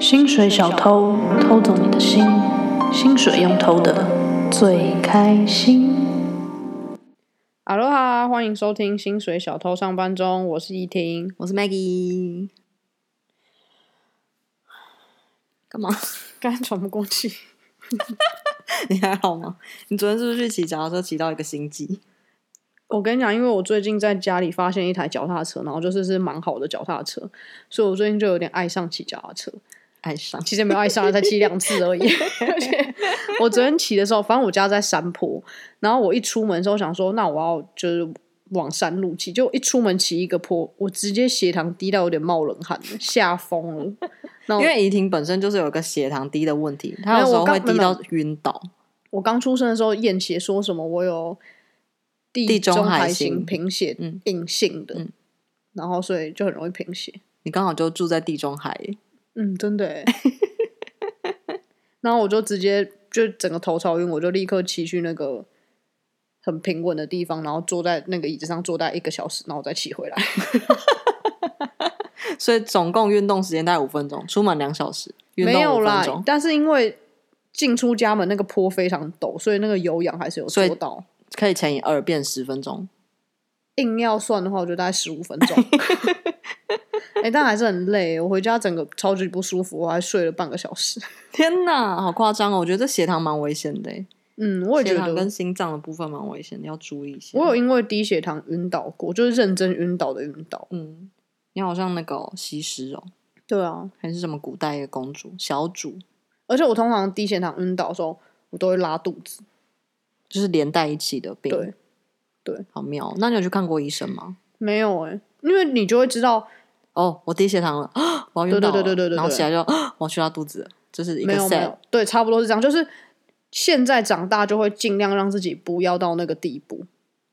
薪水小偷偷走你的心，薪水用偷的最开心。哈喽哈，欢迎收听《薪水小偷上班中》，我是依婷。我是 Maggie。干嘛？ 刚喘不过气， 你还好吗？你昨天是不是去骑脚踏车骑到一个心悸？我跟你讲，因为我最近在家里发现一台脚踏车，然后就是是蛮好的脚踏车，所以我最近就有点爱上骑脚踏车。爱上其实也没有爱上，才骑两次 而已。而且我昨天骑的时候，反正我家在山坡，然后我一出门的时候想说，那我要就是往山路骑，就一出门骑一个坡，我直接血糖低到有点冒冷汗，吓疯了。那我因为怡婷本身就是有个血糖低的问题，她没有有时我候刚会低到晕倒。我刚出生的时候验血说什么我有地地中中海海型型贫血嗯硬性的，嗯然后所以就很容易贫血。你刚好就住在地中海，嗯，真的欸。然后我就直接就整个头超晕，我就立刻骑去那个很平稳的地方，然后坐在那个椅子上坐待一个小时，然后再骑回来。所以总共运动时间大概五分钟，出门两小时，运没动有五分啦钟，，但是因为进出家门那个坡非常陡，所以那个有氧还是有所做以到。可以乘以二变十分钟。硬要算的话，我觉得大概十五分 钟。哎、但还是很累。我回家整个超级不舒服，我还睡了半个小时。天哪，好夸张哦！我觉得这血糖蛮危险的欸，嗯，我也觉血糖得跟，心脏的部分蛮危险的，要注意一下。我有因为低血糖晕倒过，就是认真晕倒的晕倒。嗯，你好像那个哦西施哦，对啊，还是什么古代的公主小主，而且我通常低血糖晕倒的时候，我都会拉肚子。就是连带一起的病。对，好妙哦。那你有去看过医生吗？没有哎、因为你就会知道，哦，我低血糖了， 我要晕倒对了对对对对对然后起来就我去拉肚子了，就是一没个有没 set 有。，对，差不多是这样。就是现在长大就会尽量让自己不要到那个地步。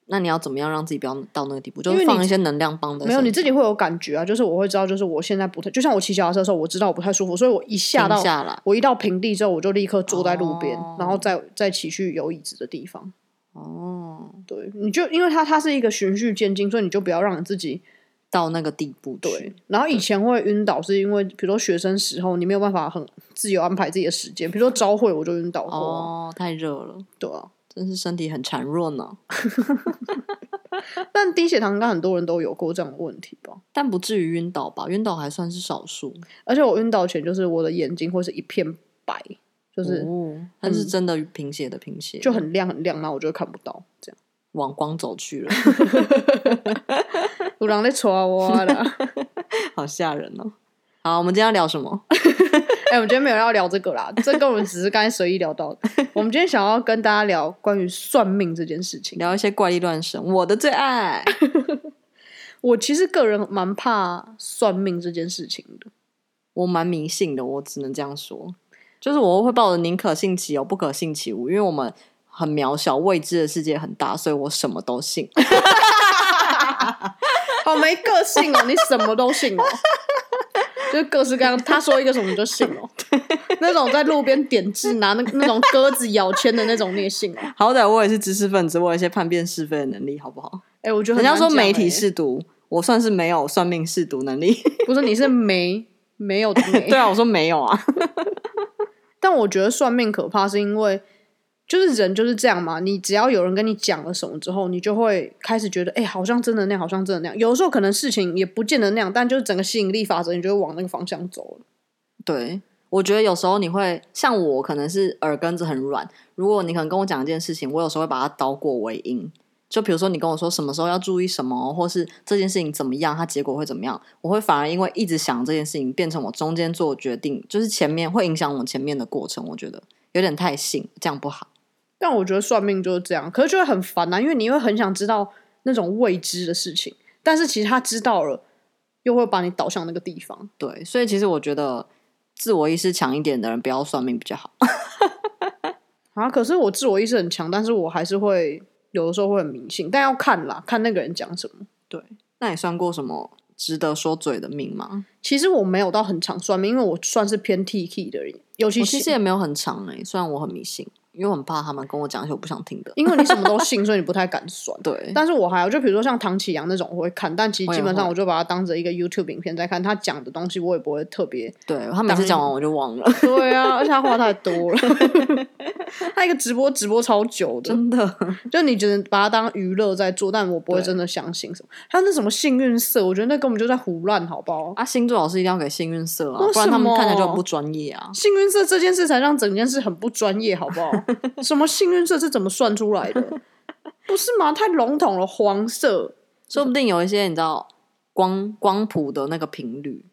那你要怎么样让自己不要到那个地步？就因为是你放一些能量棒的。没有，你自己会有感觉啊，就是我会知道，就是我现在不太，就像我骑脚踏车的时候，我知道我不太舒服，所以我一下到停下来我一到平地之后，我就立刻坐在路边，哦然后再再骑去有椅子的地方。哦，对，你就因为它它是一个循序渐进，所以你就不要让你自己到那个地步对去。。然后以前会晕倒，是因为比如说学生时候你没有办法很自由安排自己的时间，比如说朝会我就晕倒过，哦，太热了，对啊。真是身体很孱弱呢。但低血糖应该很多人都有过这样的问题吧？但不至于晕倒吧？晕倒还算是少数。而且我晕倒前就是我的眼睛会是一片白，就是哦，但是真的贫血的贫血，就很亮很亮，然后我就会看不到这样。往光走去了， 有人在戳我 啦！好吓人哦。好，我们今天要聊什么？哎、我们今天没有要聊这个 啦，这跟我们只是刚才随意聊到的。我们今天想要跟大家聊关于算命这件事情。聊一些怪力乱神，我的最爱。我其实个人蛮怕算命这件事情的，我蛮迷信的，我只能这样说，就是我会抱着宁可信其有，不可信其无，因为我们很渺小，未知的世界很大，所以我什么都信。 好没个性哦！你什么都信哦， 就是各式各样，他说一个什么你就信哦。那种在路边点痣拿那那种鸽子咬签的那种，你也信哦？好歹我也是知识分子，我有一些判辨是非的能力，好不好？哎、我觉得人很家难说讲媒体哎试读，我算是没有算命试读能力。 不是你是没没有的没对？啊，我说没有啊。但我觉得算命可怕，是因为就是人就是这样嘛，你只要有人跟你讲了什么之后，你就会开始觉得，哎、好像真的那样，好像真的那样。有的时候可能事情也不见得那样，但就是整个吸引力法则，你就会往那个方向走了。对，我觉得有时候你会像我，可能是耳根子很软。如果你可能跟我讲一件事情，我有时候会把它倒果为因。就比如说你跟我说什么时候要注意什么，或是这件事情怎么样，它结果会怎么样，我会反而因为一直想这件事情，变成我中间做决定，就是前面会影响我前面的过程。我觉得有点太信，这样不好。但我觉得算命就是这样，可是就会很烦呐、啊因为你会很想知道那种未知的事情，但是其实他知道了，又会把你导向那个地方。对，所以其实我觉得自我意识强一点的人不要算命比较好。啊，可是我自我意识很强，但是我还是会有的时候会很迷信，但要看啦，看那个人讲什么。对，那你算过什么值得说嘴的命吗？其实我没有到很常算命，因为我算是偏 T K 的人，尤其我是欸其实也没有很长哎、虽然我很迷信。因为我很怕他们跟我讲一些我不想听的。因为你什么都信，所以你不太敢酸。 对，但是我还有，就比如说像唐启阳那种，我会看，但其实我也基本上会我就把它当着一个 YouTube 影片在看，他讲的东西我也不会特别。对他每次讲完我就忘了， 对啊，而且他话太 多了，他一个直播直播超久的，真的。 就你只能把它当娱乐在做，但我不会对真的相信什么。还有那什么幸运色，我觉得那根本就在胡乱，好不好？啊，星座老师一定要给幸运色啊为，不然什他们看起来就么很不专业啊。幸运色这件事才让整件事很不专业，好不 好？什么幸运色是怎么算出来的？不是吗？太笼统了，黄色。说不定有一些你知道光光谱的那个频率。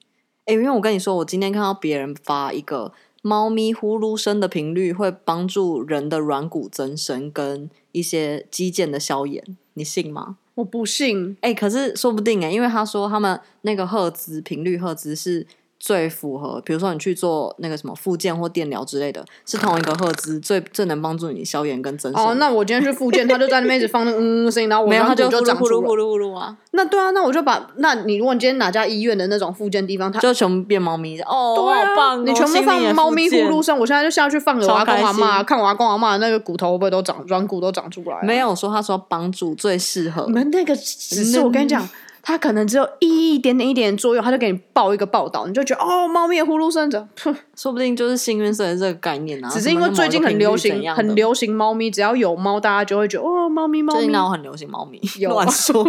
哎、因为我跟你说，我今天看到别人发一个猫咪呼噜声的频率会帮助人的软骨增生跟一些肌腱的消炎，你信吗？我不信，哎、可是说不定哎、因为他说他们那个赫兹频率赫兹是最符合，比如说你去做那个什么复健或电疗之类的，是同一个赫兹最最能帮助你消炎跟增生的。哦，那我今天去复健，他就在那边一直放 那个嗯嗯声音，然后我没有，他软就骨呼就噜长呼噜出呼了。噜呼噜啊，那对啊，那我就把那你如果你今天哪家医院的那种复健地方，他就全部变猫咪哦，对啊好棒哦！你全部心里也放猫咪复呼健噜声，我现在就下去放给我超阿公开阿妈心看我阿公阿妈那个骨头会不会都长软骨都长出来啊、没有说他说帮助最适合你，们那个只是我跟你讲，它可能只有一点点一点点作用，它就给你报一个报道，你就觉得哦，猫咪的呼噜声怎，哼说不定就是幸运色的这个概念啊。只是因为最近很流什么某行，个频率怎样的很，流行猫咪，只要有猫，大家就会觉得哦，猫咪猫最咪近，那我很流行猫咪，有 啊乱说。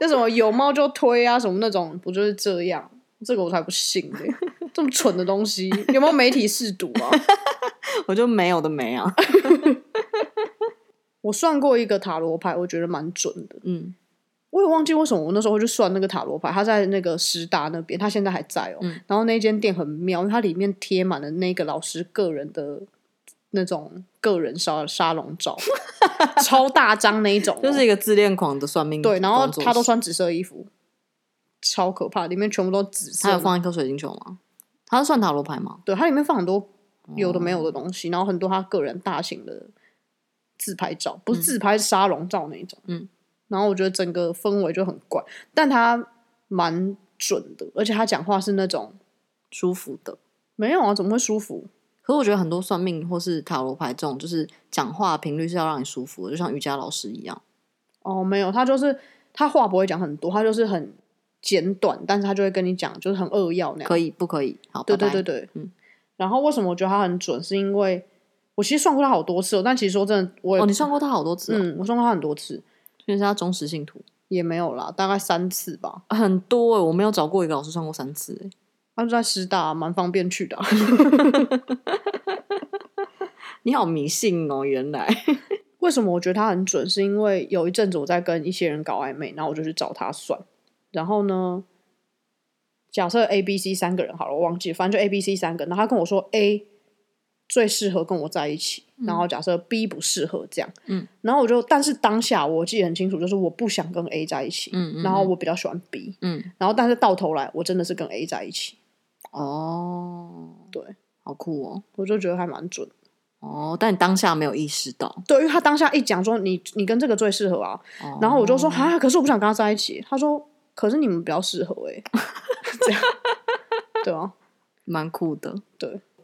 就什么有猫就推啊，什么那种，不就是这样？这个我才不信嘞、这么蠢的东西，有没有媒体试读啊？我就没有的没啊，我算过一个塔罗牌，我觉得蛮准的。 嗯，我也忘记为什么我那时候会去算那个塔罗牌，它在那个师大那边，它现在还在哦、嗯然后那间店很妙，因为它里面贴满了那个老师个人的那种个人沙沙龙照，超大张那一种哦、 就是一个自恋狂的算命工对。作室。然后他都穿紫色衣服，超可怕，里面全部都紫色他的。有放一颗水晶球吗？他是算塔罗牌吗？对，它里面放很多哦有的没有的东西，然后很多他个人大型的自拍照，不是自拍是沙龙照那一种。嗯，然后我觉得整个氛围就很怪，但他蛮准的，而且他讲话是那种舒服的。没有啊，怎么会舒服？可是我觉得很多算命或是塔罗牌这种，就是讲话频率是要让你舒服的，就像瑜伽老师一样。哦，没有，他就是他话不会讲很多，他就是很简短，但是他就会跟你讲，就是很扼要那样。可以不可以？好，对对拜拜对对，嗯。然后为什么我觉得他很准，是因为我其实算过他好多次、哦，但其实说真的，我也哦，你算过他好多次、哦，嗯，我算过他很多次，所以是他忠实信徒也没有啦，大概三次吧。很多哎、我没有找过一个老师算过三次哎、他就在师大，蛮方便去的啊、 你好迷信哦，原来为什么我觉得他很准？是因为有一阵子我在跟一些人搞暧昧，然后我就去找他算。然后呢，假设 A、B、C 三个人好了，我忘记，反正就 A、B、C 三个。然后他跟我说 A 最适合跟我在一起，然后假设 B 不适合这样。嗯。然后我就，但是当下我记得很清楚，就是我不想跟 A 在一起，嗯嗯嗯然后我比较喜欢 B，嗯然后但是到头来我真的是跟 A 在一起，哦，对，好酷哦我就觉得还蛮准。哦，但你当下没有意识到，对，因为他当下一讲说你你跟这个最适合啊，哦然后我就说啊，可是我不想跟他在一起。他说，可是你们比较适合哎、 这样，对啊，蛮酷的，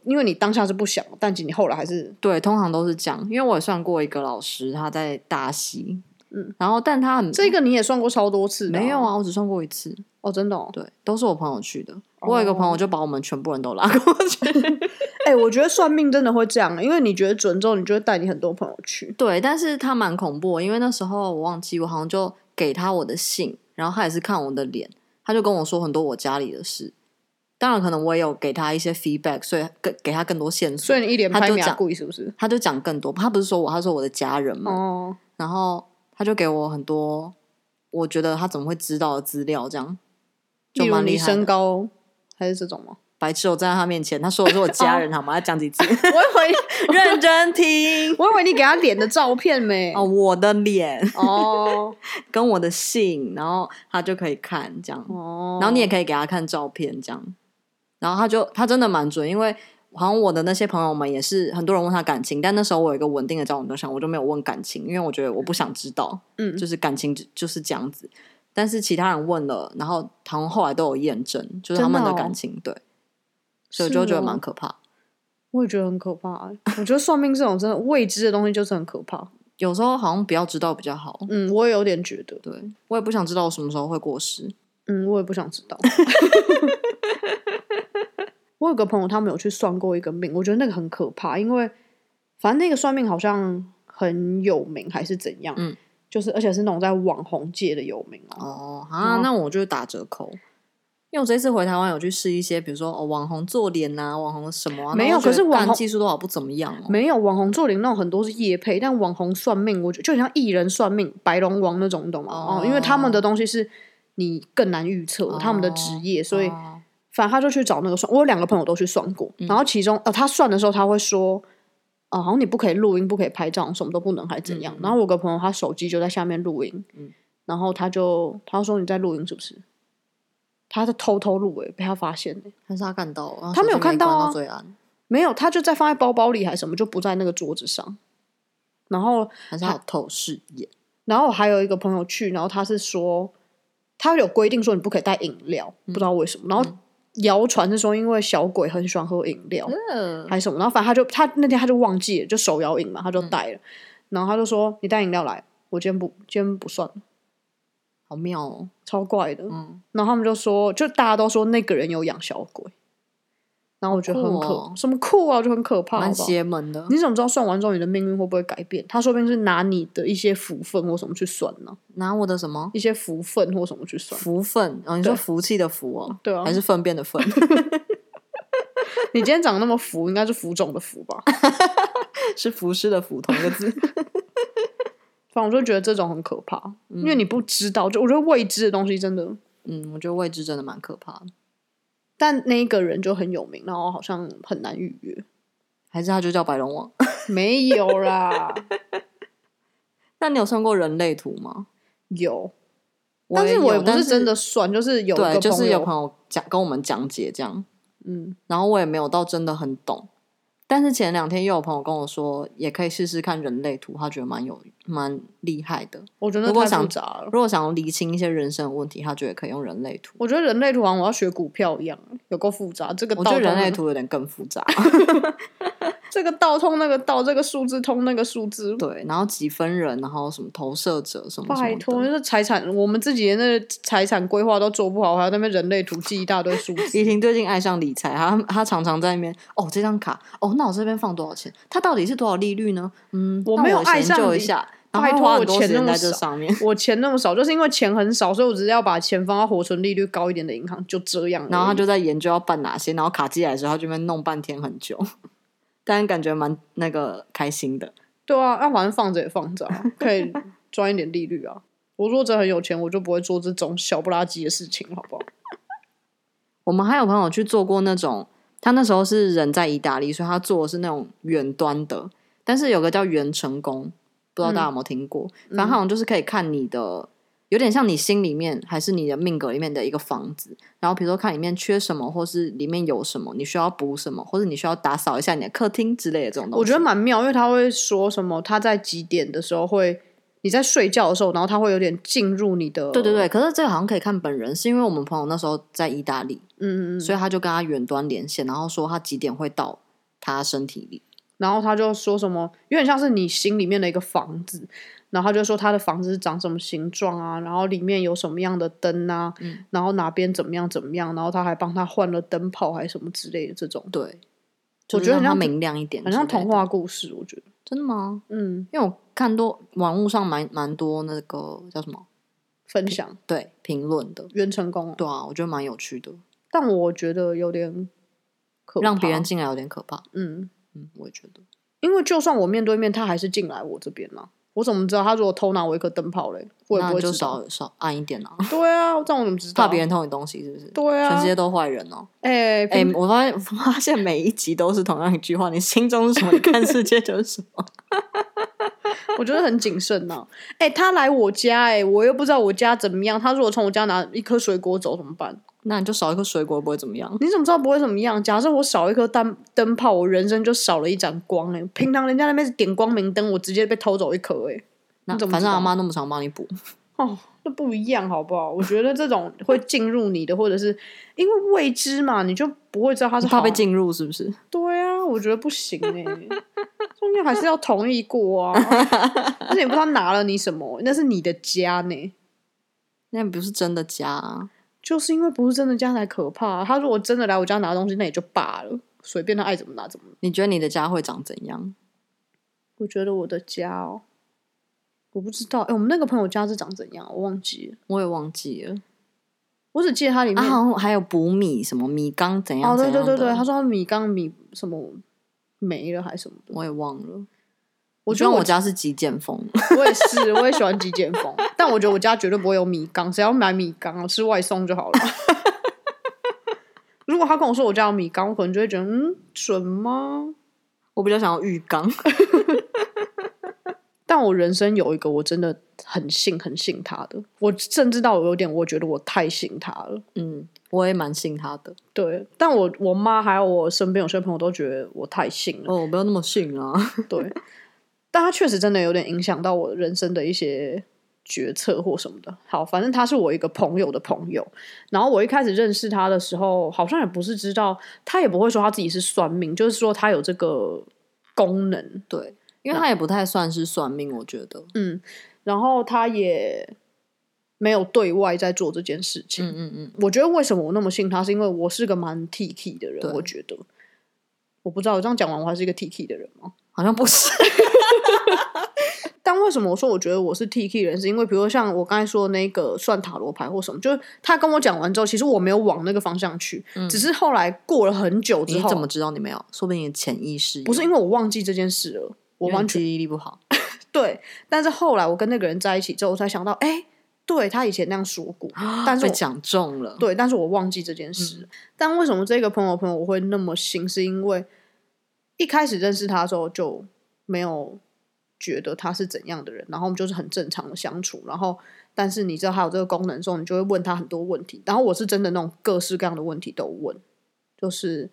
因为你当下是不想，但其实你后来还是对，通常都是这样，因为我也算过一个老师，他在大溪，嗯，然后但他很这个你也算过超多次的、没有？啊，我只算过一次，哦，真的哦。对，都是我朋友去的，我有一个朋友就把我们全部人都拉过去， 哎、我觉得算命真的会这样，因为你觉得准之后，你就会带你很多朋友去。对，但是他蛮恐怖的，因为那时候我忘记，我好像就给他我的信，然后他也是看我的脸，他就跟我说很多我家里的事。当然，可能我也有给他一些 feedback，所以更给他更多线索。所以你一脸他拍就马讲，故意是不是？他就讲更多，他不是说我，他说我的家人嘛。哦，然后他就给我很多，我觉得他怎么会知道的资料，这样就例如蛮你厉害身的。高还是这种吗？ 白痴，我哦站在他面前，他说我是我家哦人，好吗？要讲几次？ 我以为认真听我以为你给他脸的照片没。哦，我的脸。哦跟我的姓，然后他就可以看这样，哦，然后你也可以给他看照片这样，然后他就他真的蛮准，因为好像我的那些朋友们也是很多人问他感情，但那时候我有一个稳定的交往对象，我就没有问感情，因为我觉得我不想知道，嗯就是感情就就是这样子。但是其他人问了，然后他们后来都有验证，就是他们真的的哦感情、对，所以我就是觉得哦蛮可怕。我也觉得很可怕欸、我觉得算命这种真的未知的东西就是很可怕。有时候好像不要知道比较好。嗯，我也有点觉得，对我也不想知道我什么时候会过世。嗯，我也不想知道。 我有个朋友，他们有去算过一个命，我觉得那个很可怕，因为反正那个算命好像很有名还是怎样，嗯，就是而且是那种在网红界的有名哦。哦啊，那我就打折扣。因为我这次回台湾有去试一些，比如说哦网红做脸呐、网红什么啊，没然后有我觉可是得网干红技术都好不怎么样哦。没有网红做零那种很多是业配，但网红算命，我觉得就很像艺人算命、白龙王那种，你懂吗？哦哦，因为他们的东西是你更难预测的、他们的职业，所以哦反正他就去找那个算。我有两个朋友都去算过，然后其中呃，他算的时候他会说，呃，好像你不可以录音，不可以拍照，什么都不能，还怎样。然后我有个朋友他手机就在下面录音，然后他就他说你在录音是不是？他在偷偷录诶、被他发现、欸、但是他看到，然后他没有手机看到关啊到最暗，没有，他就在放在包包里还是什么，就不在那个桌子上。然后还是他有透视眼。然后我还有一个朋友去，然后他是说，他有规定说你不可以带饮料，不知道为什么。然后谣传是说，因为小鬼很喜欢喝饮料、还是什么，然后反正他就他那天他就忘记了，就手摇饮嘛，他就嗯带了，然后他就说你带饮料来，我今天不今天不算了。好妙哦！超怪的，嗯然后他们就说，就大家都说那个人有养小鬼，然后我觉得很好可、酷哦什么酷啊，我就很可怕，蛮好不好邪门的。你怎么知道算完之后你的命运会不会改变？他说不定是拿你的一些福分或什么去算呢、拿我的什么一些福分或什么去算。福分？哦，你对说福气的福哦，对啊还是粪便的粪？ 你今天长那么福，应该是浮肿的福吧？是服饰的服，同一个字。 反正我就觉得这种很可怕，因为你不知道，就我觉得未知的东西真的。嗯，我觉得未知真的蛮可怕的。但那一个人就很有名，然后好像很难预约。还是他就叫白龙王？ 没有啦，那你有算过人类图吗？ 有，但是我也我有不但是是真的算，就是有一对，个就朋是有友，朋友讲跟我们讲解这样，嗯，然后我也没有到真的很懂。但是前两天又有朋友跟我说，也可以试试看人类图，他觉得蛮有蛮厉害的。我觉得如果那太复想杂了。如果想要厘清一些人生的问题，他觉得可以用人类图。我觉得人类图好像我要学股票一样，有够复杂。这个我道觉得人通类那图有点更复杂， 这个道通那个道，这个数字通那个数字，对，然后几分人，然后什么投射者什么什拜么托，的。那财产我们自己的那个财产规划都做不好，还要在那边人类图记一大堆数 字。怡婷最近爱上理财，她她常常在那边哦，这张卡哦，那我这边放多少钱？它到底是多少利率呢？嗯，我那没有爱研上究理一下，然后拜她托花我很多钱时间那么在这少上面。我钱那么少，就是因为钱很少，所以我只是要把钱放到活存利率高一点的银行，就这样而已。然后他就在研究要办哪些，然后卡寄来的时候，他就在那边弄半天很久， 但感觉蛮那个开心的。对啊，那反正放着也放着、啊，可以赚一点利率啊。我如果真的很有钱，我就不会做这种小不拉几的事情，好不好？我们还有朋友去做过那种，他那时候是人在意大利，所以他做的是那种远端的，但是有个叫元成功，不知道大家嗯有没有听过？反正好像就是可以看你的，有点像你心里面还是你的命格里面的一个房子，然后比如说看里面缺什么，或是里面有什么，你需要补什么，或者你需要打扫一下你的客厅之类的这种东西。我觉得蛮妙，因为他会说什么，他在几点的时候会，你在睡觉的时候，然后他会有点进入你的，对对对，，可是这个好像可以看本人，是因为我们朋友那时候在意大利，嗯嗯嗯。所以他就跟他远端连线，然后说他几点会到他身体里。然后他就说什么，有点像是你心里面的一个房子，然后他就说他的房子是长什么形状啊，然后里面有什么样的灯啊，嗯然后哪边怎么样怎么样，然后他还帮他换了灯泡还是什么之类的这种，对，我就觉是得让很他像明亮一点，很像童，话故事，我觉得，真的吗？嗯，因为我看多网络上蛮蛮多那个叫什么分享对评论的，袁成功、哦，对啊，我觉得蛮有趣的，但我觉得有点可怕让别人，进来有点可怕。嗯，嗯，我也觉得，因为就算我面对面，他还是进来我这边嘛，我怎么知道他如果偷拿我一颗灯泡嘞？我也不那会就知道，少少暗一点啊，对啊，这样我怎么知道？怕别人偷你东西是不是？对啊全世界都坏人哦。哎、哎、平我发现 发现每一集都是同样一句话，你心中 是什么，你看世界就是什么。我觉得很谨慎呐、哎、他来我家、哎，我又不知道我家怎么样。他如果从我家拿一颗水果走怎么办？那你就少一颗水果不会怎么样。你怎么知道不会怎么样？假设我少一颗灯灯泡，我人生就少了一盏光、哎，平常人家那边是点光明灯，我直接被偷走一颗、哎，那你怎么反知正道阿妈那么常帮你补，哦，那不一样，好不好？我觉得这种会进入你的，或者是因为未知嘛，你就不会知道他是怕好被。进入是不是？对啊，我觉得不行哎、中间还是要同意过 啊。而且你不知道拿了你什么，那是你的家呢。那不是真的家、啊，就是因为不是真的家才可怕、啊他如果真的来我家拿东西，那也就罢了，随便他爱怎么拿怎么拿。你觉得你的家会长怎样？我觉得我的家哦，我不知道。哎、我们那个朋友家是长怎样，我忘记了。我也忘记了。我只记得它里面、啊，好像还有补米什么米缸怎样哦，怎对样对对的对，他说他米缸米什么没了还是什么的。我也忘了。我觉觉得得我我家是极简风，我也是，我也喜欢极简风，但我觉得我家绝对不会有米缸，谁要买米缸啊？吃外送就好了。如果他跟我说我家有米缸，我可能就会觉得，嗯，准吗？我比较想要浴缸。但我人生有一个我真的很信很信他的，我甚至到我有点我觉得我太信他了。嗯，我也蛮信他的。对，但我我妈还有我身边有些朋友都觉得我太信了。哦，我不要那么信啊。 对，但他确实真的有点影响到我人生的一些决策或什么的。好，反正他是我一个朋友的朋友，然后我一开始认识他的时候，好像也不是知道，他也不会说他自己是算命，就是说他有这个功能，对，因为他也不太算是算命，我觉得。嗯，然后他也没有对外在做这件事情。嗯嗯嗯，我觉得为什么我那么信他，是因为我是个蛮 T K 的人对，我觉得。我不知道，我这样讲完，我还是一个 T K 的人吗？好像不是。但为什么我说我觉得我是 T K 人，是因为比如像我刚才说的那个算塔罗牌或什么，就是他跟我讲完之后，其实我没有往那个方向去，只是后来过了很久之嗯你后，怎么知道你没有？说不定你的潜意识不是因为我忘记这件事了，我我完完全记忆力不好。对。但是后来我跟那个人在一起之后，我才想到，哎、对他以前那样说过，但是被我讲中了。对，但是我忘记这件事。但为什么这个朋友朋友我会那么信，是因为一开始认识他的时候就没有觉得他是怎样的人，然后我们就是很正常的相处。然后，但是你知道他有这个功能的时候，你就会问他很多问题。然后我是真的那种各式各样的问题都问，就是。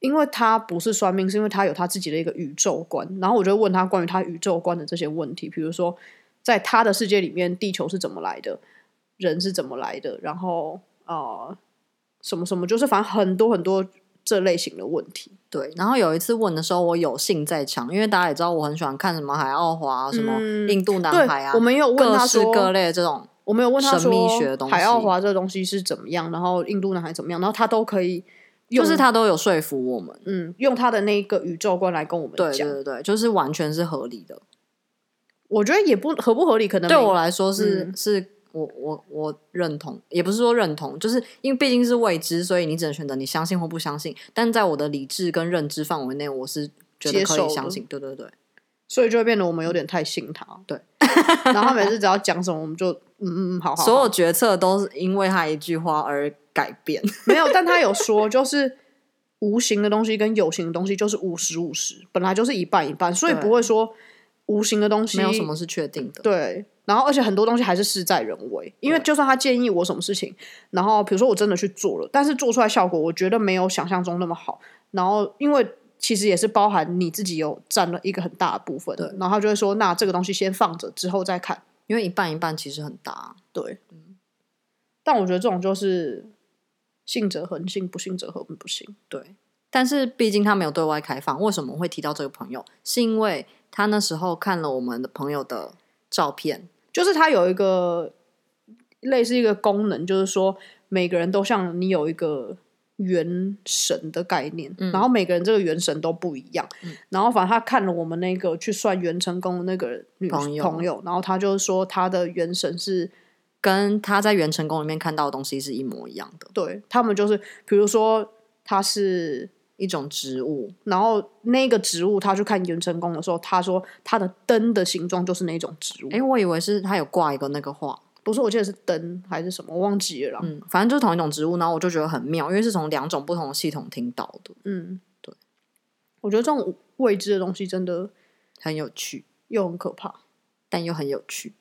因为他不是算命，是因为他有他自己的一个宇宙观，然后我就会问他关于他宇宙观的这些问题，比如说，在他的世界里面，地球是怎么来的，人是怎么来的，然后呃，什么什么，就是反正很多很多这类型的问题。对，然后有一次问的时候，我有幸在场，因为大家也知道我很喜欢看什么海奥华、啊、什么嗯印度男对孩啊，，我们也有问各他式说，各类的这种。我们有问他神秘学的说东西海奥华这东西是怎么样，然后印度男孩怎么样，然后他都可以用，就是他都有说服我们，嗯，用他的那个宇宙观来跟我们对讲对。对对，就是完全是合理的。我觉得也不合不合理，可能对每我来说是、嗯是我我我认同，也不是说认同，就是因为毕竟是未知，所以你只能选择你相信或不相信。但在我的理智跟认知范围内，我是觉得接可受以相的信。对对对，所以就会变得我们有点太信他。对，然后他每次只要讲什么，我们就嗯嗯嗯，好好好。所有决策都是因为他一句话而改变。 没有，但他有说，就是无形的东西跟有形的东西就是五十五十，本来就是一半一半，所以对不会说无形的东西没有什么是确定的。对。然后，而且很多东西还是事在人为，因为就算他建议我什么事情，然后比如说我真的去做了，但是做出来效果我觉得没有想象中那么好。然后，因为其实也是包含你自己有占了一个很大的部分，对然后他就会说，那这个东西先放着，之后再看。因为一半一半其实很大。对，但我觉得这种就是信者恒信，不信者恒不信。对，但是毕竟他没有对外开放，为什么会提到这个朋友？是因为他那时候看了我们的朋友的照片，就是它有一个类似一个功能，就是说每个人都像你有一个元神的概念，嗯然后每个人这个元神都不一样。然后反正他看了我们那个去算元成功的那个女朋友然后他就说他的元神是跟他在元成功里面看到的东西是一模一样的，对他们就是，比如说他是。一种植物。然后那个植物，他去看元成功的时候，他说他的灯的形状就是那种植物，诶，我以为是他有挂一个那个画，不是我记得是灯还是什么，我忘记了啦。嗯，反正就是同一种植物，然后我就觉得很妙，因为是从两种不同的系统听到的，嗯，对，我觉得这种未知的东西真的很有趣，又很可怕，但又很有趣。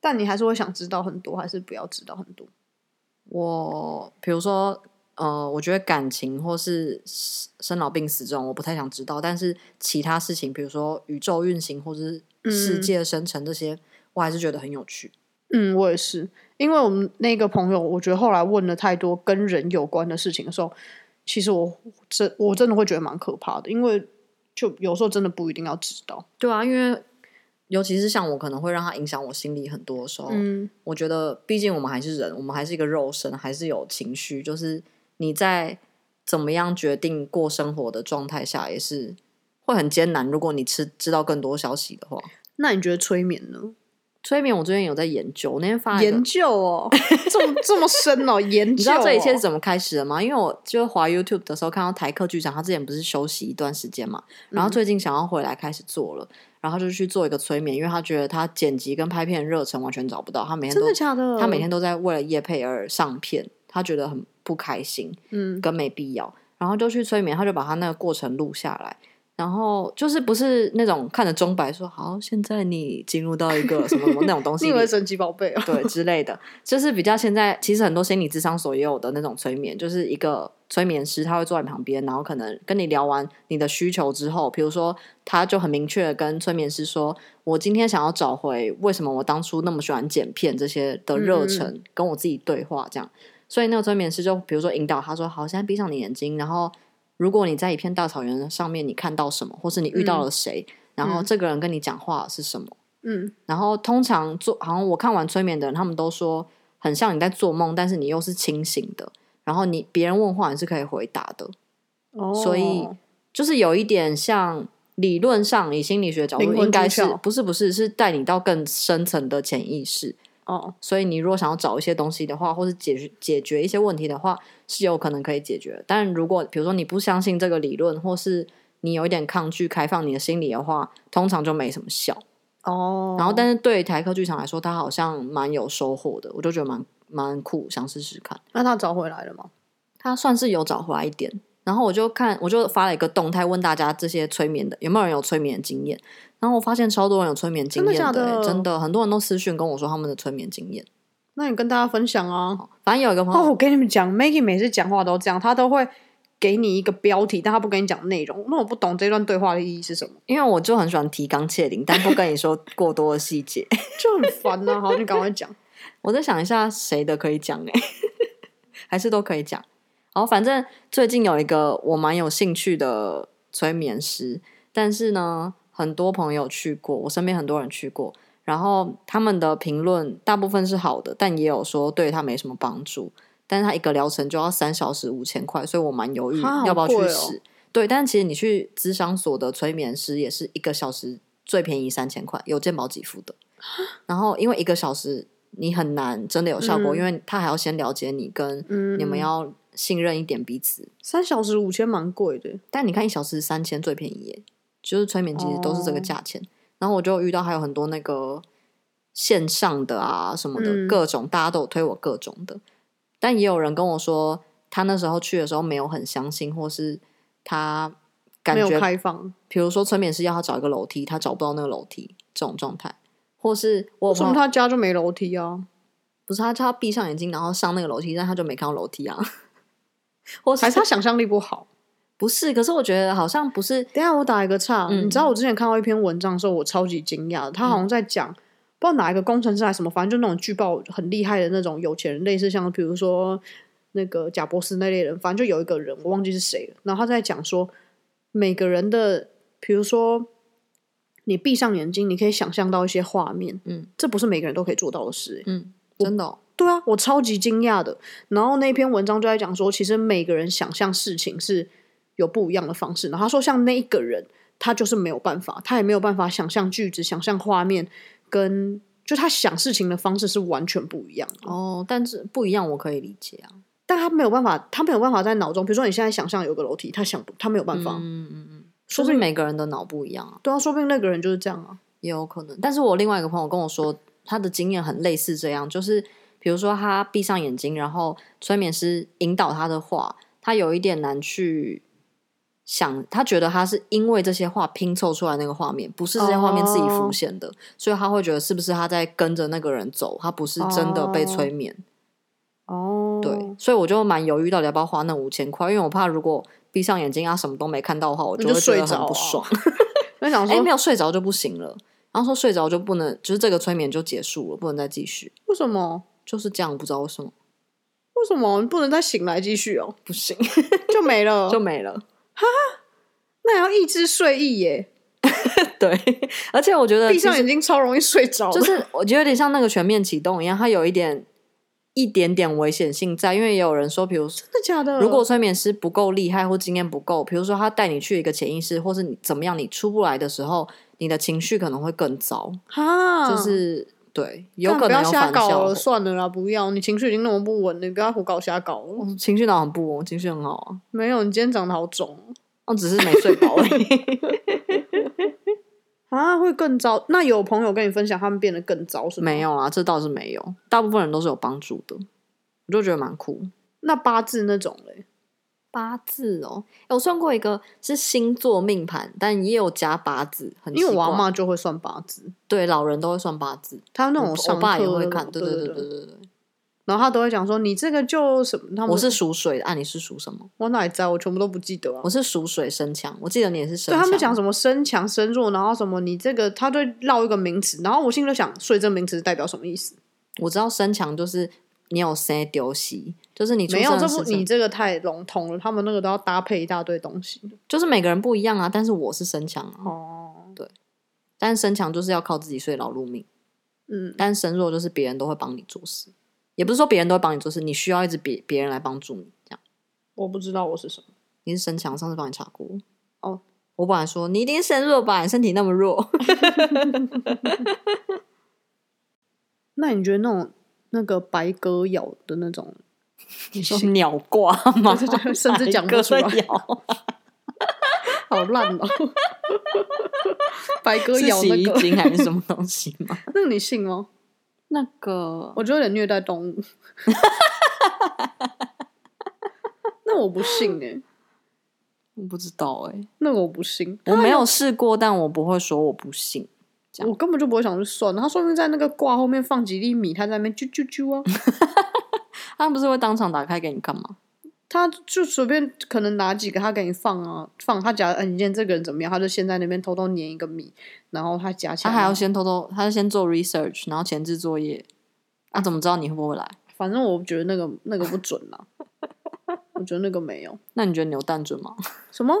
但你还是会想知道很多，还是不要知道很多。我比如说，呃，我觉得感情或是生生老病死这种，我不太想知道。但是其他事情，比如说宇宙运行或是世嗯界生成这些，我还是觉得很有趣。嗯，我也是，因为我们那个朋友，我觉得后来问了太多跟人有关的事情的时候，其实我真我真的会觉得蛮可怕的，因为就有时候真的不一定要知道。对啊，因为尤其是像我可能会让它影响我心里很多的时候，嗯，我觉得，毕竟我们还是人，我们还是一个肉身，还是有情绪。就是你在怎么样决定过生活的状态下，也是会很艰难。如果你知知道更多消息的话，那你觉得催眠呢？催眠我最近有在研究，我那天发了一个研究哦，这么这么深 哦，研究、哦。你知道这一切是怎么开始的吗？因为我就滑 YouTube 的时候看到台客剧长，他之前不是休息一段时间嘛，然嗯后最近想要回来开始做了，然后就去做一个催眠，因为他觉得他剪辑跟拍片的热忱完全找不到，他每天真都的假的？他每天都在为了叶佩而上片，他觉得很不开心嗯跟没必要，然后就去催眠，他就把他那个过程录下来。然后就是不是那种看着钟摆说好，现在你进入到一个什么什么那种东西 你里以面，为神奇宝贝哦？对之类的，就是比较现在其实很多心理智商所也有的那种催眠，就是一个催眠师他会坐在你旁边，然后可能跟你聊完你的需求之后，比如说他就很明确地跟催眠师说，我今天想要找回为什么我当初那么喜欢剪片这些的热忱，跟我自己对话这样。所以那个催眠师就比如说引导他说，好，现在闭上你眼睛，然后如果你在一片大草原上面，你看到什么，或是你遇到了谁，然后这个人跟你讲话是什么。嗯，然后通常做，好像我看完催眠的人，他们都说很像你在做梦，但是你又是清醒的。然后你别人问话，你是可以回答的，哦，所以就是有一点像理论上以心理学角度灵魂应该是出窍不是不是是带你到更深层的潜意识。哦，所以你如果想要找一些东西的话，或是解决解决一些问题的话，是有可能可以解决的。但如果比如说你不相信这个理论，或是你有一点抗拒开放你的心理的话，通常就没什么效。哦，然后，但是对台客剧场来说，它好像蛮有收获的，我就觉得蛮蛮酷，想试试看。那他找回来了吗？它算是有找回来一点。然后我就看，我就发了一个动态问大家这些催眠的有没有人有催眠经验。然后我发现超多人有催眠经验真的假欸的真的很多人都私讯跟我说他们的催眠经验。那你跟大家分享啊。反正有一个朋哦，友，我跟你们讲，Maggie 每次讲话都这样，她都会给你一个标题，但她不跟你讲内容。那我不懂这段对话的意义是什么，因为我就很喜欢提纲挈领，但不跟你说过多的细节。就很烦 呐、好，你赶快讲。我在想一下谁的可以讲哎、 还是都可以讲。然后反正最近有一个我蛮有兴趣的催眠师，但是呢，很多朋友去过，我身边很多人去过，然后他们的评论大部分是好的，但也有说对他没什么帮助。但是他一个疗程就要三小时五千块，所以我蛮犹豫哈好要不要去贵哦试。对，但其实你去咨商所的催眠师也是一个小时最便宜三千块，有健保给付的。然后因为一个小时你很难真的有效果，嗯因为他还要先了解你跟嗯你们要信任一点彼此。三小时五千蛮贵的，但你看一小时三千最便宜耶，就是催眠其实都是哦这个价钱。然后我就遇到还有很多那个线上的啊什么的、嗯各种，大家都有推我各种的，但也有人跟我说他那时候去的时候没有很相信，或是他感没有觉开放。比如说催眠师要他找一个楼梯，他找不到那个楼梯这种状态，或是我有为什朋么友他家就没楼梯啊？不是他叫他闭上眼睛，然后上那个楼梯，但他就没看到楼梯啊。 或是还是他想象力不好？不是？可是我觉得好像不是，等一下我打一个岔，嗯你知道我之前看到一篇文章的时候，我超级惊讶的，他好像在讲。不知道哪一个工程师还是什么，反正就那种巨爆很厉害的那种有钱人，类似像比如说那个贾博士那类人，反正就有一个人我忘记是谁了。然后他在讲说，每个人的，比如说你闭上眼睛，你可以想象到一些画面，嗯，这不是每个人都可以做到的事、欸嗯，真的哦、对啊，我超级惊讶的。然后那篇文章就在讲说，其实每个人想象事情是有不一样的方式。然后他说，像那一个人，他就是没有办法，他也没有办法想象句子、想象画面，跟就他想事情的方式是完全不一样的。哦，但是不一样，我可以理解啊。但他没有办法，他没有办法在脑中，比如说你现在想象有个楼梯，他想不，他没有办法。嗯嗯嗯，说说不是定每个人的脑不一样啊，对啊，说不定那个人就是这样啊。也有可能。但是我另外一个朋友跟我说，他的经验很类似这样，就是比如说他闭上眼睛，然后催眠师引导他的话，他有一点难去。想他觉得他是因为这些话拼凑出来那个画面，不是这些画面自己浮哦现的所以他会觉得是不是他在跟着那个人走，他不是真的被催眠。哦，对，所以我就蛮犹豫到底要不要花那五千块，因为我怕如果闭上眼睛啊什么都没看到的话，我那会就觉睡得很着不啊爽。我想哎、说，没有睡着就不行了，然后说睡着就不能，就是这个催眠就结束了，不能再继续，为什么？就是这样，不知道为什么。为为什么不能再醒来继续哦？不行就没了，就没了。那也要抑制睡意耶，对， 而且我觉得闭上呃其实眼睛超容易睡着的。就是我觉得有点像那个全面启动一样，它有一点一点点危险性在，因为也有人说，比如说真的假的？如果催眠师不够厉害或经验不够，比如说他带你去一个潜意识，或是你怎么样，你出不来的时候，你的情绪可能会更糟，哈，就是对，有嗯干可不要能有瞎反搞效了，果。算了啦，不要，你情绪已经那么不稳了，你不要胡搞瞎搞了。情绪脑很不稳，情绪很好啊，没有，你今天长得好肿哦我只是没睡饱而已。啊，会更糟。那有朋友跟你分享，他们变得更糟是吗？没。有啦，这倒是没有，大部分人都是有帮助的，我就觉得蛮酷。那八字那种嘞，八字哦，诶我算过一个是星座命盘，但也有加八字，很因为奇我阿怪妈就会算八字，对老人都会算八字，她那嗯种我上我爸也课会的看，对对对对对对对。然后她都会讲说，你这个就什么，他们我是属水的，啊，你是属什么？我哪里知道，我全部都不记得啊我。是属水生强，我记得你也是生对强。他们讲什么身强身弱，然后什么你这个，他就绕一个名词，然后我心里就想，所以这个名词代表什么意思？我知道生强就是你有生丢息，就是你出没有，生这的不时辰你这个太笼统了，他们那个都要搭配一大堆东西。就是每个人不一样啊，但是我是生强啊，哦，但是生强就是要靠自己，所以劳碌命。嗯，但身弱就是别人都会帮你做事，也不是说别人都会帮你做事，你需要一直别别人来帮助你。这样我不知道我是什么。你是身强，上次帮你查过哦。我本来说你一定是身弱吧，你身体那么弱。 那你觉得那种那个白鸽咬的那种，你说鸟 挂吗？对对对甚至讲不出来哪一个 鸟好烂哦！ 白鸽是咬洗那衣个，精还是什么 东西吗？那个你信吗？那个我觉得有点虐待动物。 那我不信哎、我不知道哎、那个我不信，我没有试过，但我不会说我不信。这样我根本就不会想去算。他说不定在那个挂后面放几粒米，他在那边啾啾啾啊，他们不是会当场打开给你干嘛？他就随便可能拿几个他给你放啊，放他假如嗯，你今天这个人怎么样，他就先在那边偷偷粘一个米，然后他夹起他来。还要先偷偷，他先做 research，然后前置作业。那、怎么知道你会不会来？反正我觉得那个那个不准 啦，我觉得那个没有那你觉得扭蛋准吗？什么，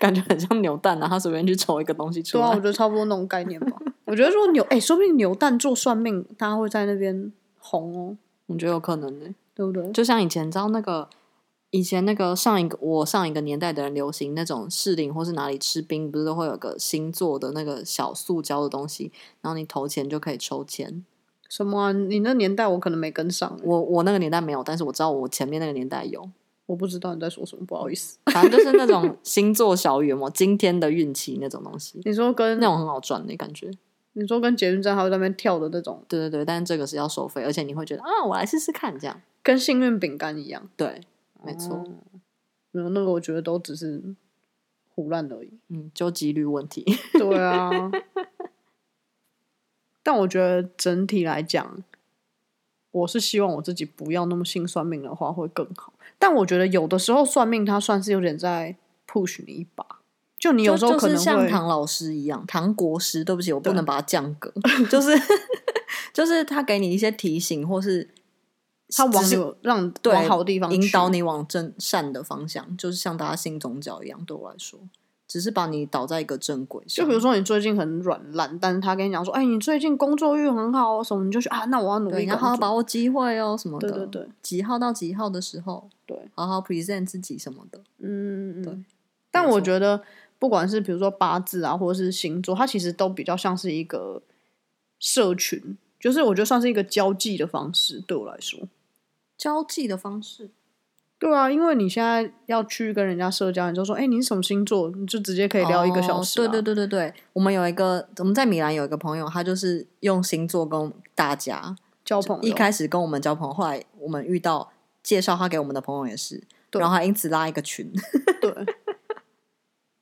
感觉很像扭蛋啊，他随便去抽一个东西出对啊，来。我觉得差不多那种概念吧。我觉得说牛，哎、说不定牛蛋做算命，大家会在那边红哦，我觉得有可能呢、对不对？就像以前，你知道那个以前那个上一个我上一个年代的人流行那种士林或是哪里吃冰，不是都会有个星座的那个小塑胶的东西，然后你投钱就可以抽签。什么、啊？你那年代我可能没跟上、欸我我我那个年代没有，但是我知道我前面那个年代有，我不知道你在说什么，不好意思。反正就是 那种星座小语有没有今天的运气那种东西，你说跟那种很好赚的感觉。你说跟捷运站还有在那边跳的那种，对对对，但是这个是要收费，而且你会觉得啊，我来试试看这样。跟幸运饼干一样，对，没错，哦没有那个，我觉得都只是胡乱 而已。嗯，就几率问题。对啊， 但我觉得整体来讲，我是希望我自己不要那么信算命的话会更好。但我觉得有的时候算命它算是有点在 push 你一把，就你有时候就可就能是像会唐老师一样，唐国师，对不起，我不对能把他降 格，就是就是他给你一些提醒，或是它往只是有让对往好的地方引导去，你往正善的方向，就是像大家信宗教一样，对我来说，只是把你导在一个正轨上。就比如说你最近很软烂，但是他跟你讲说，哎，你最近工作欲很好哦，什么你就去啊，那我要努对，力你工要好好把作。握机会哦，什么的。对对对，几号到几号的时候，对，好好 present 自己什么的。嗯，嗯嗯。没但我错觉得，不管是比如说八字啊，或者是星座，它其实都比较像是一个社群，就是我觉得算是一个交际的方式。对我来说，交际的方式，对啊，因为你现在要去跟人家社交，你就说，哎、你是什么星座？你就直接可以聊一个小时、啊哦。对对，对对对，我们有一个我们在米兰有一个朋友，他就是用星座跟大家交朋友。一开始跟我们交朋友，后来我们遇到介绍他给我们的朋友也是，对然后他因此拉一个群。 对。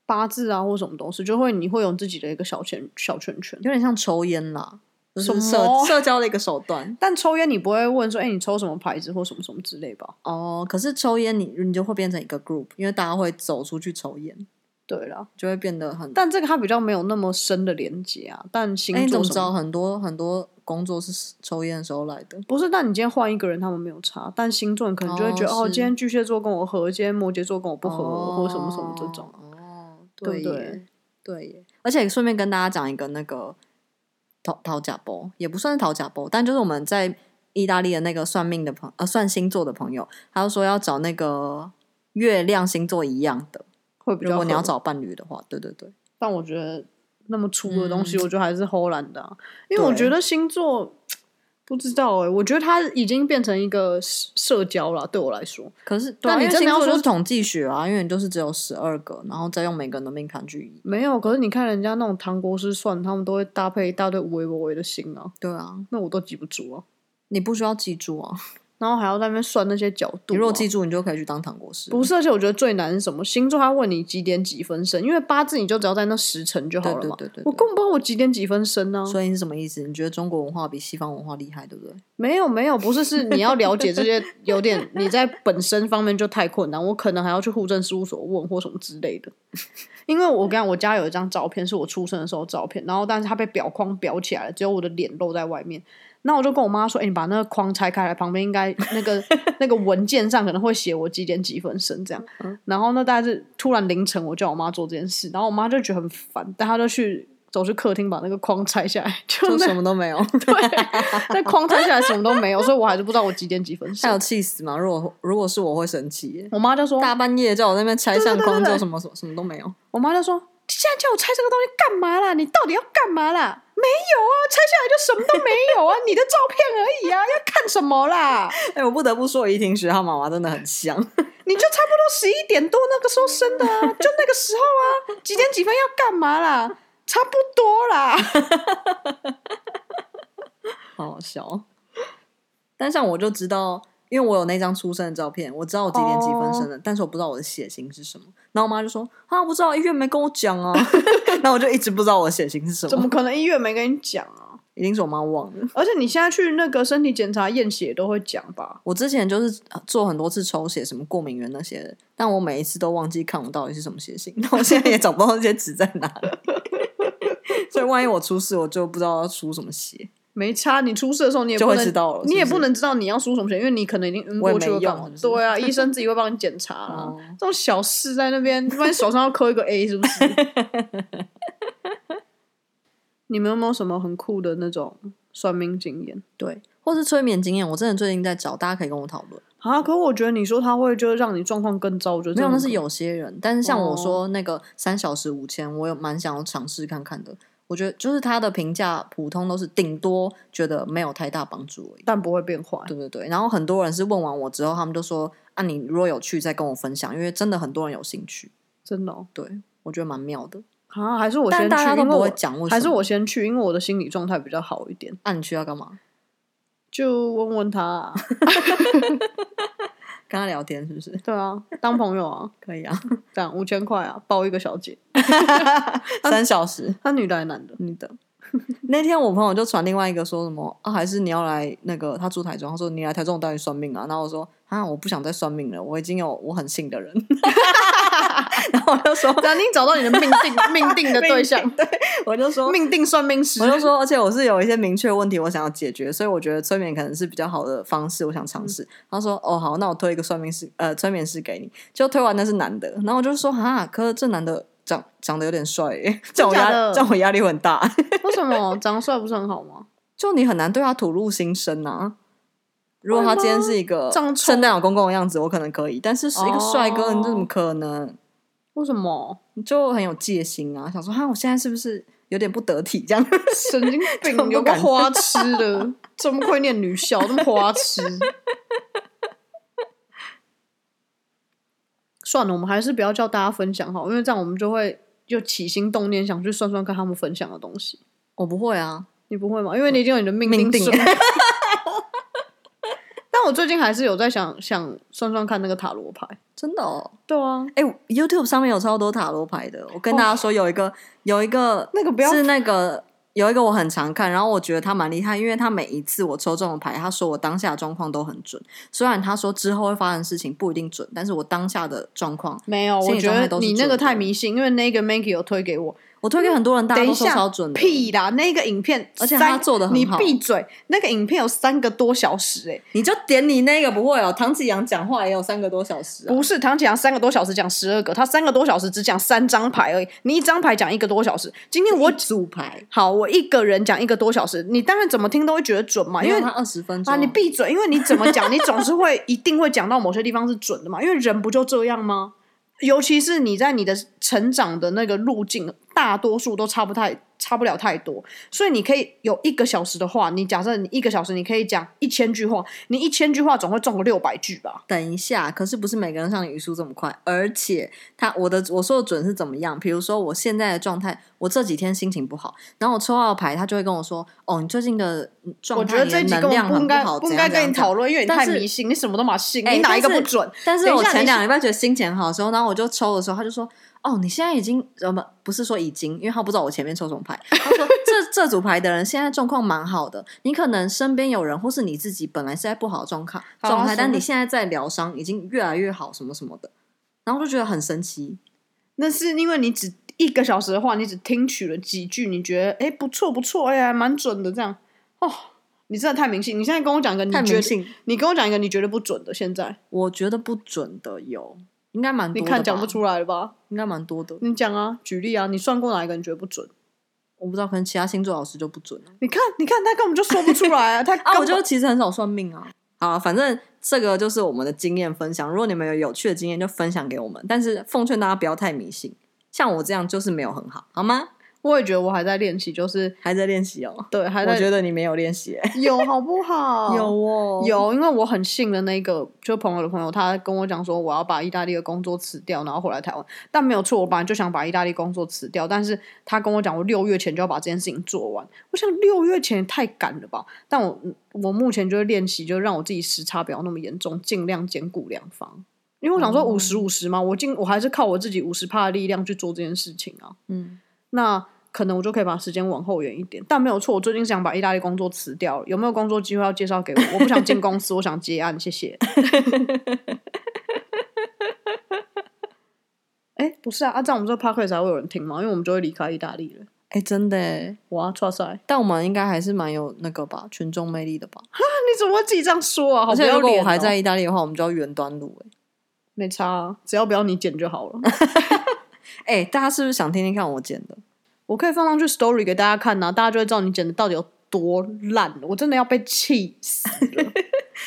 八字啊，或什么东西，就会你会有自己的一个小圈小圈圈。有点像抽烟啦，就什么是社社交的一个手 段但抽烟你不会问说，哎、你抽什么牌子或什么什么之类吧？哦。可是抽烟你你就会变成一个 group，因为大家会走出去抽烟，对啦，就会变得很。但这个它比较没有那么深的连接啊。但星哎，你怎座么什知道么，很多很多工作是抽烟的时候来的。不是，但你今天换一个人，他们没有差。但星座你可能就会觉得，哦哦，是今天巨蟹座跟我合，今天摩羯座跟我不合，或什么什么这种。哦，对对不耶，对耶。而且顺便跟大家讲一个那个讨讨假包，也不算是讨假包，但就是我们在意大利的那个算命的朋呃算星座的朋友，他就说要找那个月亮星座一样的，会比较如果你要合找伴侣的话，对对对，但我觉得那么粗的东西，嗯我觉得还是偷懒的啊、因为我对觉得星座不知道哎、我觉得它已经变成一个社社交了，对我来说，可是，啊但你因为真星的要座就说是统计学啊，因为你就是只有十二个，然后再用每个人的命盘去移。没有。可是你看人家那种唐国师算，他们都会搭配一大堆无为不为的星啊，对啊，那我都记不住啊。你不需要记住啊，然后还要在那边算那些角度、啊你如果记，住，你就可以去当糖果师。不是，而且我觉得最难是什么？星座他问你几点几分生，因为八字你就只要在那十成就好对了对嘛。对对我对根本不知道我几点几分生啊呢、所以你是什么意思？你觉得中国文化比西方文化厉害，对 不对？没有没有，不是是你要了解这些，有点你在本身方面就太困难，我可能还要去户政事务所问或什么之类的。 因为我跟你讲，我家有一张照片是我出生的时候的照片，然后但是它被裱框裱起来了，只有我的脸露在外面。那我就跟我妈说：“哎、你把那个框拆开来，旁边应该那个那个文件上可能会写我几点几分生这样。”然后那大概是突然凌晨，我叫我妈做这件事，然后我妈就觉得很烦，但她就去走去客厅把那个框拆下来，就就那什么都没 有，但框拆下来什么都没有，所以我还是不知道我几点几分还有生。气死嘛！如果如果是我会生气耶，我妈就说，大半夜叫我在那边拆哦相框，对对对对就什么什么什么都没有。我妈就说，你现在叫我拆这个东西干嘛啦？你到底要干嘛啦？没有啊，拆下来就什么都没有啊，你的照片而已啊，要看什么啦？哎、我不得不说，怡婷学她妈妈真的很像。你就差不多十一点多那个时候生的啊，就那个时候啊，几点几分要干嘛啦？差不多啦。 好好笑。哦但像我就知道，因为我有那张出生的照片，我知道我几点几分哦生的但是我不知道我的血型是什么。然后我妈就说：“啊，我不知道，医院没跟我讲啊。” 那我就一直不知道我的血型是什怎么么，可能医院没跟你讲啊？一定是我妈忘了。而且你现在去那个身体检查验血都会讲吧？我之前就是呃做很多次抽血，什么过敏源那些的，但我每一次都忘记看我到底是什么血型， 那我现在也找不到那些纸在哪里。 所以万一我出事，我就不知道要出什么血，没差，你出事的时候你也不就会能知道了你也是不不是能知道你要输什么钱，因为你可能已经晕我也过去没了干嘛用是不是对啊，医生自己会帮你检查啦 哦。这种小事在那边，万一手上要扣一个 A，是不 是？你们有没有什么很酷的那种算命经验对，或是催眠经验。我真的最近在找，大家可以跟我讨论。啊？可我觉得你说他会就让你状况更糟，我觉得没有，这那种是有些人，但是像我哦说那个三小时五千，我有蛮想要尝试看看的。我觉得就是他的评价，普通都是顶多觉得没有太大帮助而已。但不会变坏。对对对，然后很多人是问完我之后，他们就说：“啊，你如果有去再跟我分享，因为真的很多人有兴趣。真的、哦、”对，我觉得蛮妙的。啊？还是我先但去，大家都因为不会我讲为什么。还是我先去，因为我的心理状态比较好一点，啊，你去要干嘛？就问问他、啊。跟他聊天是不是？对啊，当朋友啊。可以 啊，这样五千块啊，包一个小姐，三小时。那女的还是男的？你的那天我朋友就传另外一个说什么啊，还是你要来那个他住台中，他说你来台中我带你算命啊，然后我说啊我不想再算命了，我已经有我很信的人， 然后我就说那你找到你的命 定命定的对象，我就说命定算命师 我。就说，而且我是有一些明确问题我想要解决，所以我觉得催眠可能是比较好的方式，我想嗯尝试。他说哦好，那我推一个算命师呃催眠师给你，就推完那是男的，然后我就说哈，可是这男的长长得有点帅耶，这样我真假的压这样我压力很大。 为什么长得帅不是很好吗？就你很难对他吐露心声啊。如果他会吗今天是一个这样臭圣诞老公公的样子，我可能可以，但是是一个帅哥，哦你怎么可能？为什么？你就很有戒心啊，想说哈，我现在是不是有点不得体这样？ 神经病，敢有个花痴的， 这么会念女校，这么花痴。 算了，我们还是不要叫大家分享好，因为这样我们就会就起心动念想去算算看他们分享的东西。我不会啊，你不会吗？因为你已经有你的命命定定。 但我最近还是有在想想算算看那个塔罗牌。真的哦。对啊，哎、y o u t u b e 上面有超多塔罗牌的，我跟大家说，有一个、有一个哦那个不要是那个有一个我很常看，然后我觉得他蛮厉害，因为他每一次我抽中的牌，他说我当下的状况都很准，虽然他说之后会发生的事情不一定准，但是我当下的状况没有，心我理觉状态得都是你那准个的太迷信，因为那个 Maggie 有推给我，我推给很多人，大家等都一说下超准，的。屁啦！那个影片而三，且他做得很好你闭嘴！那个影片有三个多小时、欸，你就点你那个不会哦。唐启阳讲话也有三个多小时、啊，不是唐启阳三个多小时讲十二个，他三个多小时只讲三张牌而已，你一张牌讲一个多小时。今天我组牌，好，我一个人讲一个多小时，你当然怎么听都会觉得准嘛，因因为为他二十分钟啊，你闭嘴，因为你怎么讲，你总是 会一定会讲到某些地方是准的嘛，因为人不就这样吗？尤其是你在你的成长的那个路径，大多数都差不太差不了太多，所以你可以有一个小时的话，你假设你一个小时你可以讲一千句话，你一千句话总会中个六百句吧？等一下，可是不是每个人像你语速这么快，而且他我的我说的准是怎么样？比如说我现在的状态，我这几天心情不好，然后我抽到牌，他就会跟我说：“哦，你最近的嗯状我态，觉得这一你集的根能本量不很应该好，不怎应样该怎样跟你讨论，因为你太但是迷信，你什么都马信，哎你哪一个不准？但是等一我下前你两是礼拜觉得心情很好的时候，然后我就抽的时候，他就说：“哦，你现在已经呃不不是说已经，因为他不知道我前面抽什么牌。他 说这这组牌的人现在状况蛮好的，你可能身边有人或是你自己本来是在不好的状况好啊状态，什但么你现在在疗伤，已经越来越好，什么什么的。”然后我就觉得很神奇，那是因为你只一个小时的话，你只听取了几句，你觉得哎、诶不错不错，哎、还蛮准的这样。哦，你真的太迷信！你现在跟我讲一个你太觉迷得，信。你跟我讲一个你觉得不准的，现在我觉得不准的有，应该蛮多你的看讲吧不，出来了吧？应该蛮多的。你讲啊，举例啊，你算过哪一个你觉得不准？我不知道，可能其他星座老师就不准了。你看，你看，他根本就说不出来啊，他根 啊，本我就其实很少算命啊。好啊，反正这个就是我们的经验分享。如果你们有有趣的经验，就分享给我们。但是奉劝大家不要太迷信，像我这样就是没有很好，好吗？我也觉得我还在练习，就是还在练习哦。对，还我在觉得你没有练习、欸，有好不好？哦 有。有，因为我很信的那个，就朋友的朋友，他跟我讲说，我要把意大利的工作辞掉，然后回来台湾。但没有错，我本来就想把意大利工作辞掉，但是他跟我讲，我六月前就要把这件事情做完。我想六月前也太赶了吧？但我我目前就是练习，就让我自己时差不要那么严重，尽量兼顾两方。因为我想说五十五十嘛，我尽我还是靠我自己五十帕的力量去做这件事情啊。嗯，那可能我就可以把时间往后延一点。但没有错，我最近想把意大利工作辞掉，有没有工作机会要介绍给我？我不想进公司，我想接案，谢谢。 哎、不是啊，啊，这样我们这 p o d c a s 才会有人听吗？因为我们就会离开意大利了。哎、真的、欸。哇，哇塞！但我们应该还是蛮有那个吧，群众魅力的吧。 你怎么会自己这样说啊？好而不且要如果脸、我哦！还在，意大利的话，我们就要远端录、欸。没差、啊，只要不要你剪就 好了。哎、大家是不是想听听看我剪的？我可以放上去 story 给大家看呐、大家就会知道你剪的到底有多烂。我真的要被气死！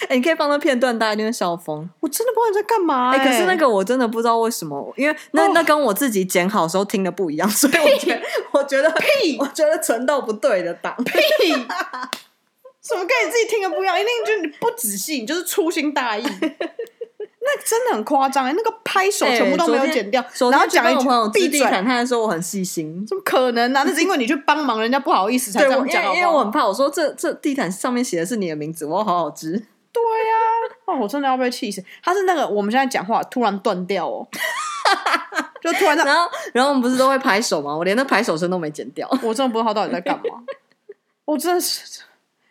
哎、你可以放那片段，大家一定会笑疯。我真的不知道你在干嘛、哎、欸可是那个我真的不知道为什么，因为那、哦那跟我自己剪好时候听的不一样，所以我觉得我觉得屁，我觉得存到不对的档。屁！什么跟你自己听的不一样？一定就是你不仔细，你就是粗心 大意。那真的很夸张哎，那个拍手全部都没有剪掉，昨然天后昨天讲一去句跟我朋友闭自嘴地，感叹说我很细心。怎么可能呢、啊？那是因为你去帮忙，人家不好意思才对，这样我因为讲好不因为我好？很怕，我说这这地毯上面写的是你的名字，我要好好知。哦，我真的要被气死！他是那个我们现在讲话突然断掉 哦，就突然这样然后然后我们不是都会拍手吗？我连那拍手声都没剪掉。我真的不知道他到底在干嘛，我真的是。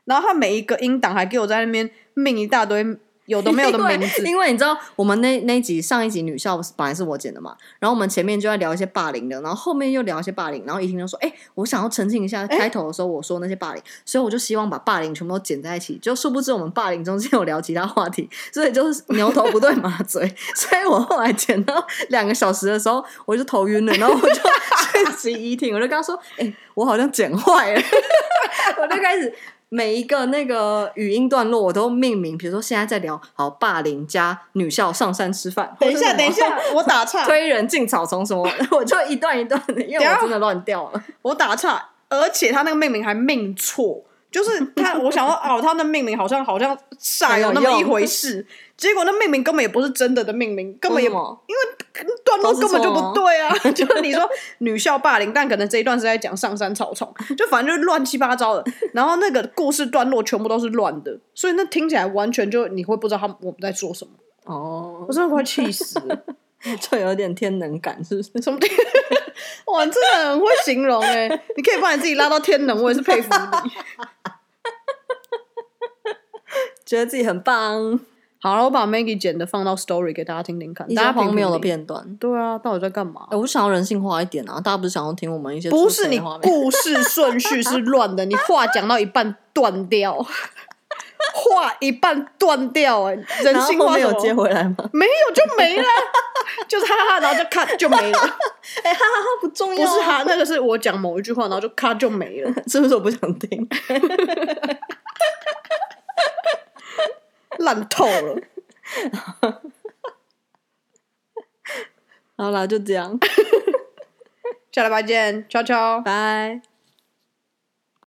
然后他每一个音档还给我在那边命一大堆有的没有的名字 因，为因为你知道，我们那那一集上一集女校本来是我剪的嘛，然后我们前面就在聊一些霸凌的，然后后面又聊一些霸凌，然后怡婷就说：“哎、我想要澄清一哎下，开头的时候我说那些霸凌，所以我就希望把霸凌全部都剪在一起。就殊不知我们霸凌中间有聊其他话题，所以就是牛头不对马嘴。 所以我后来剪到两个小时的时候，我就头晕了，然后我就 去集怡婷，我就跟她说：‘哎、我好像剪坏了。’我就开始每一个那个语音段落我都命名，比如说现在在聊好霸凌加女校上山吃饭，等一下，或者等一什么下，我打岔，推人进草丛什么，我就一段一段的，因为等一我下真的乱掉了。我打岔，而且他那个命名还命错，就是他，我想说哦，他的命名好像好像煞有那很么有用一回事，结果那命名根本也不是真的的命名，根本也为什么因为段落根本就不对啊， 就是你说女校霸凌，但可能这一段是在讲上山草丛，就反正就是乱七八糟的，然后那个故事段落全部都是乱的，所以那听起来完全就你会不知道他们我们在说什么，哦 我，真的快气死了。就有点天能感，是不是？ 什么天？ 哇，你真的很会形容哎、你可以把你自己拉到天能，我也是佩服你。觉得自己很棒。好了，我把 Maggie 剪的放到 Story 给大家听听看，一些大家评荒评谬的理。片段。对啊，到底在干嘛哎、？我想要人性化一点啊！大家不是想要听我们一些不出是神你的画面故事顺序是乱 的，你话讲到一半断掉， 话一半断掉、哎，人然后性后化面有什么啊接回来吗？没有就没了， 就是哈哈，然后就咔就没了，哎、哈哈哈， 不重不要、是啊， 哈，那个是我讲某一句话，然后就咔就没了，是不是我不想听？烂透了。好啦，就这样，下礼拜见，悄悄。拜。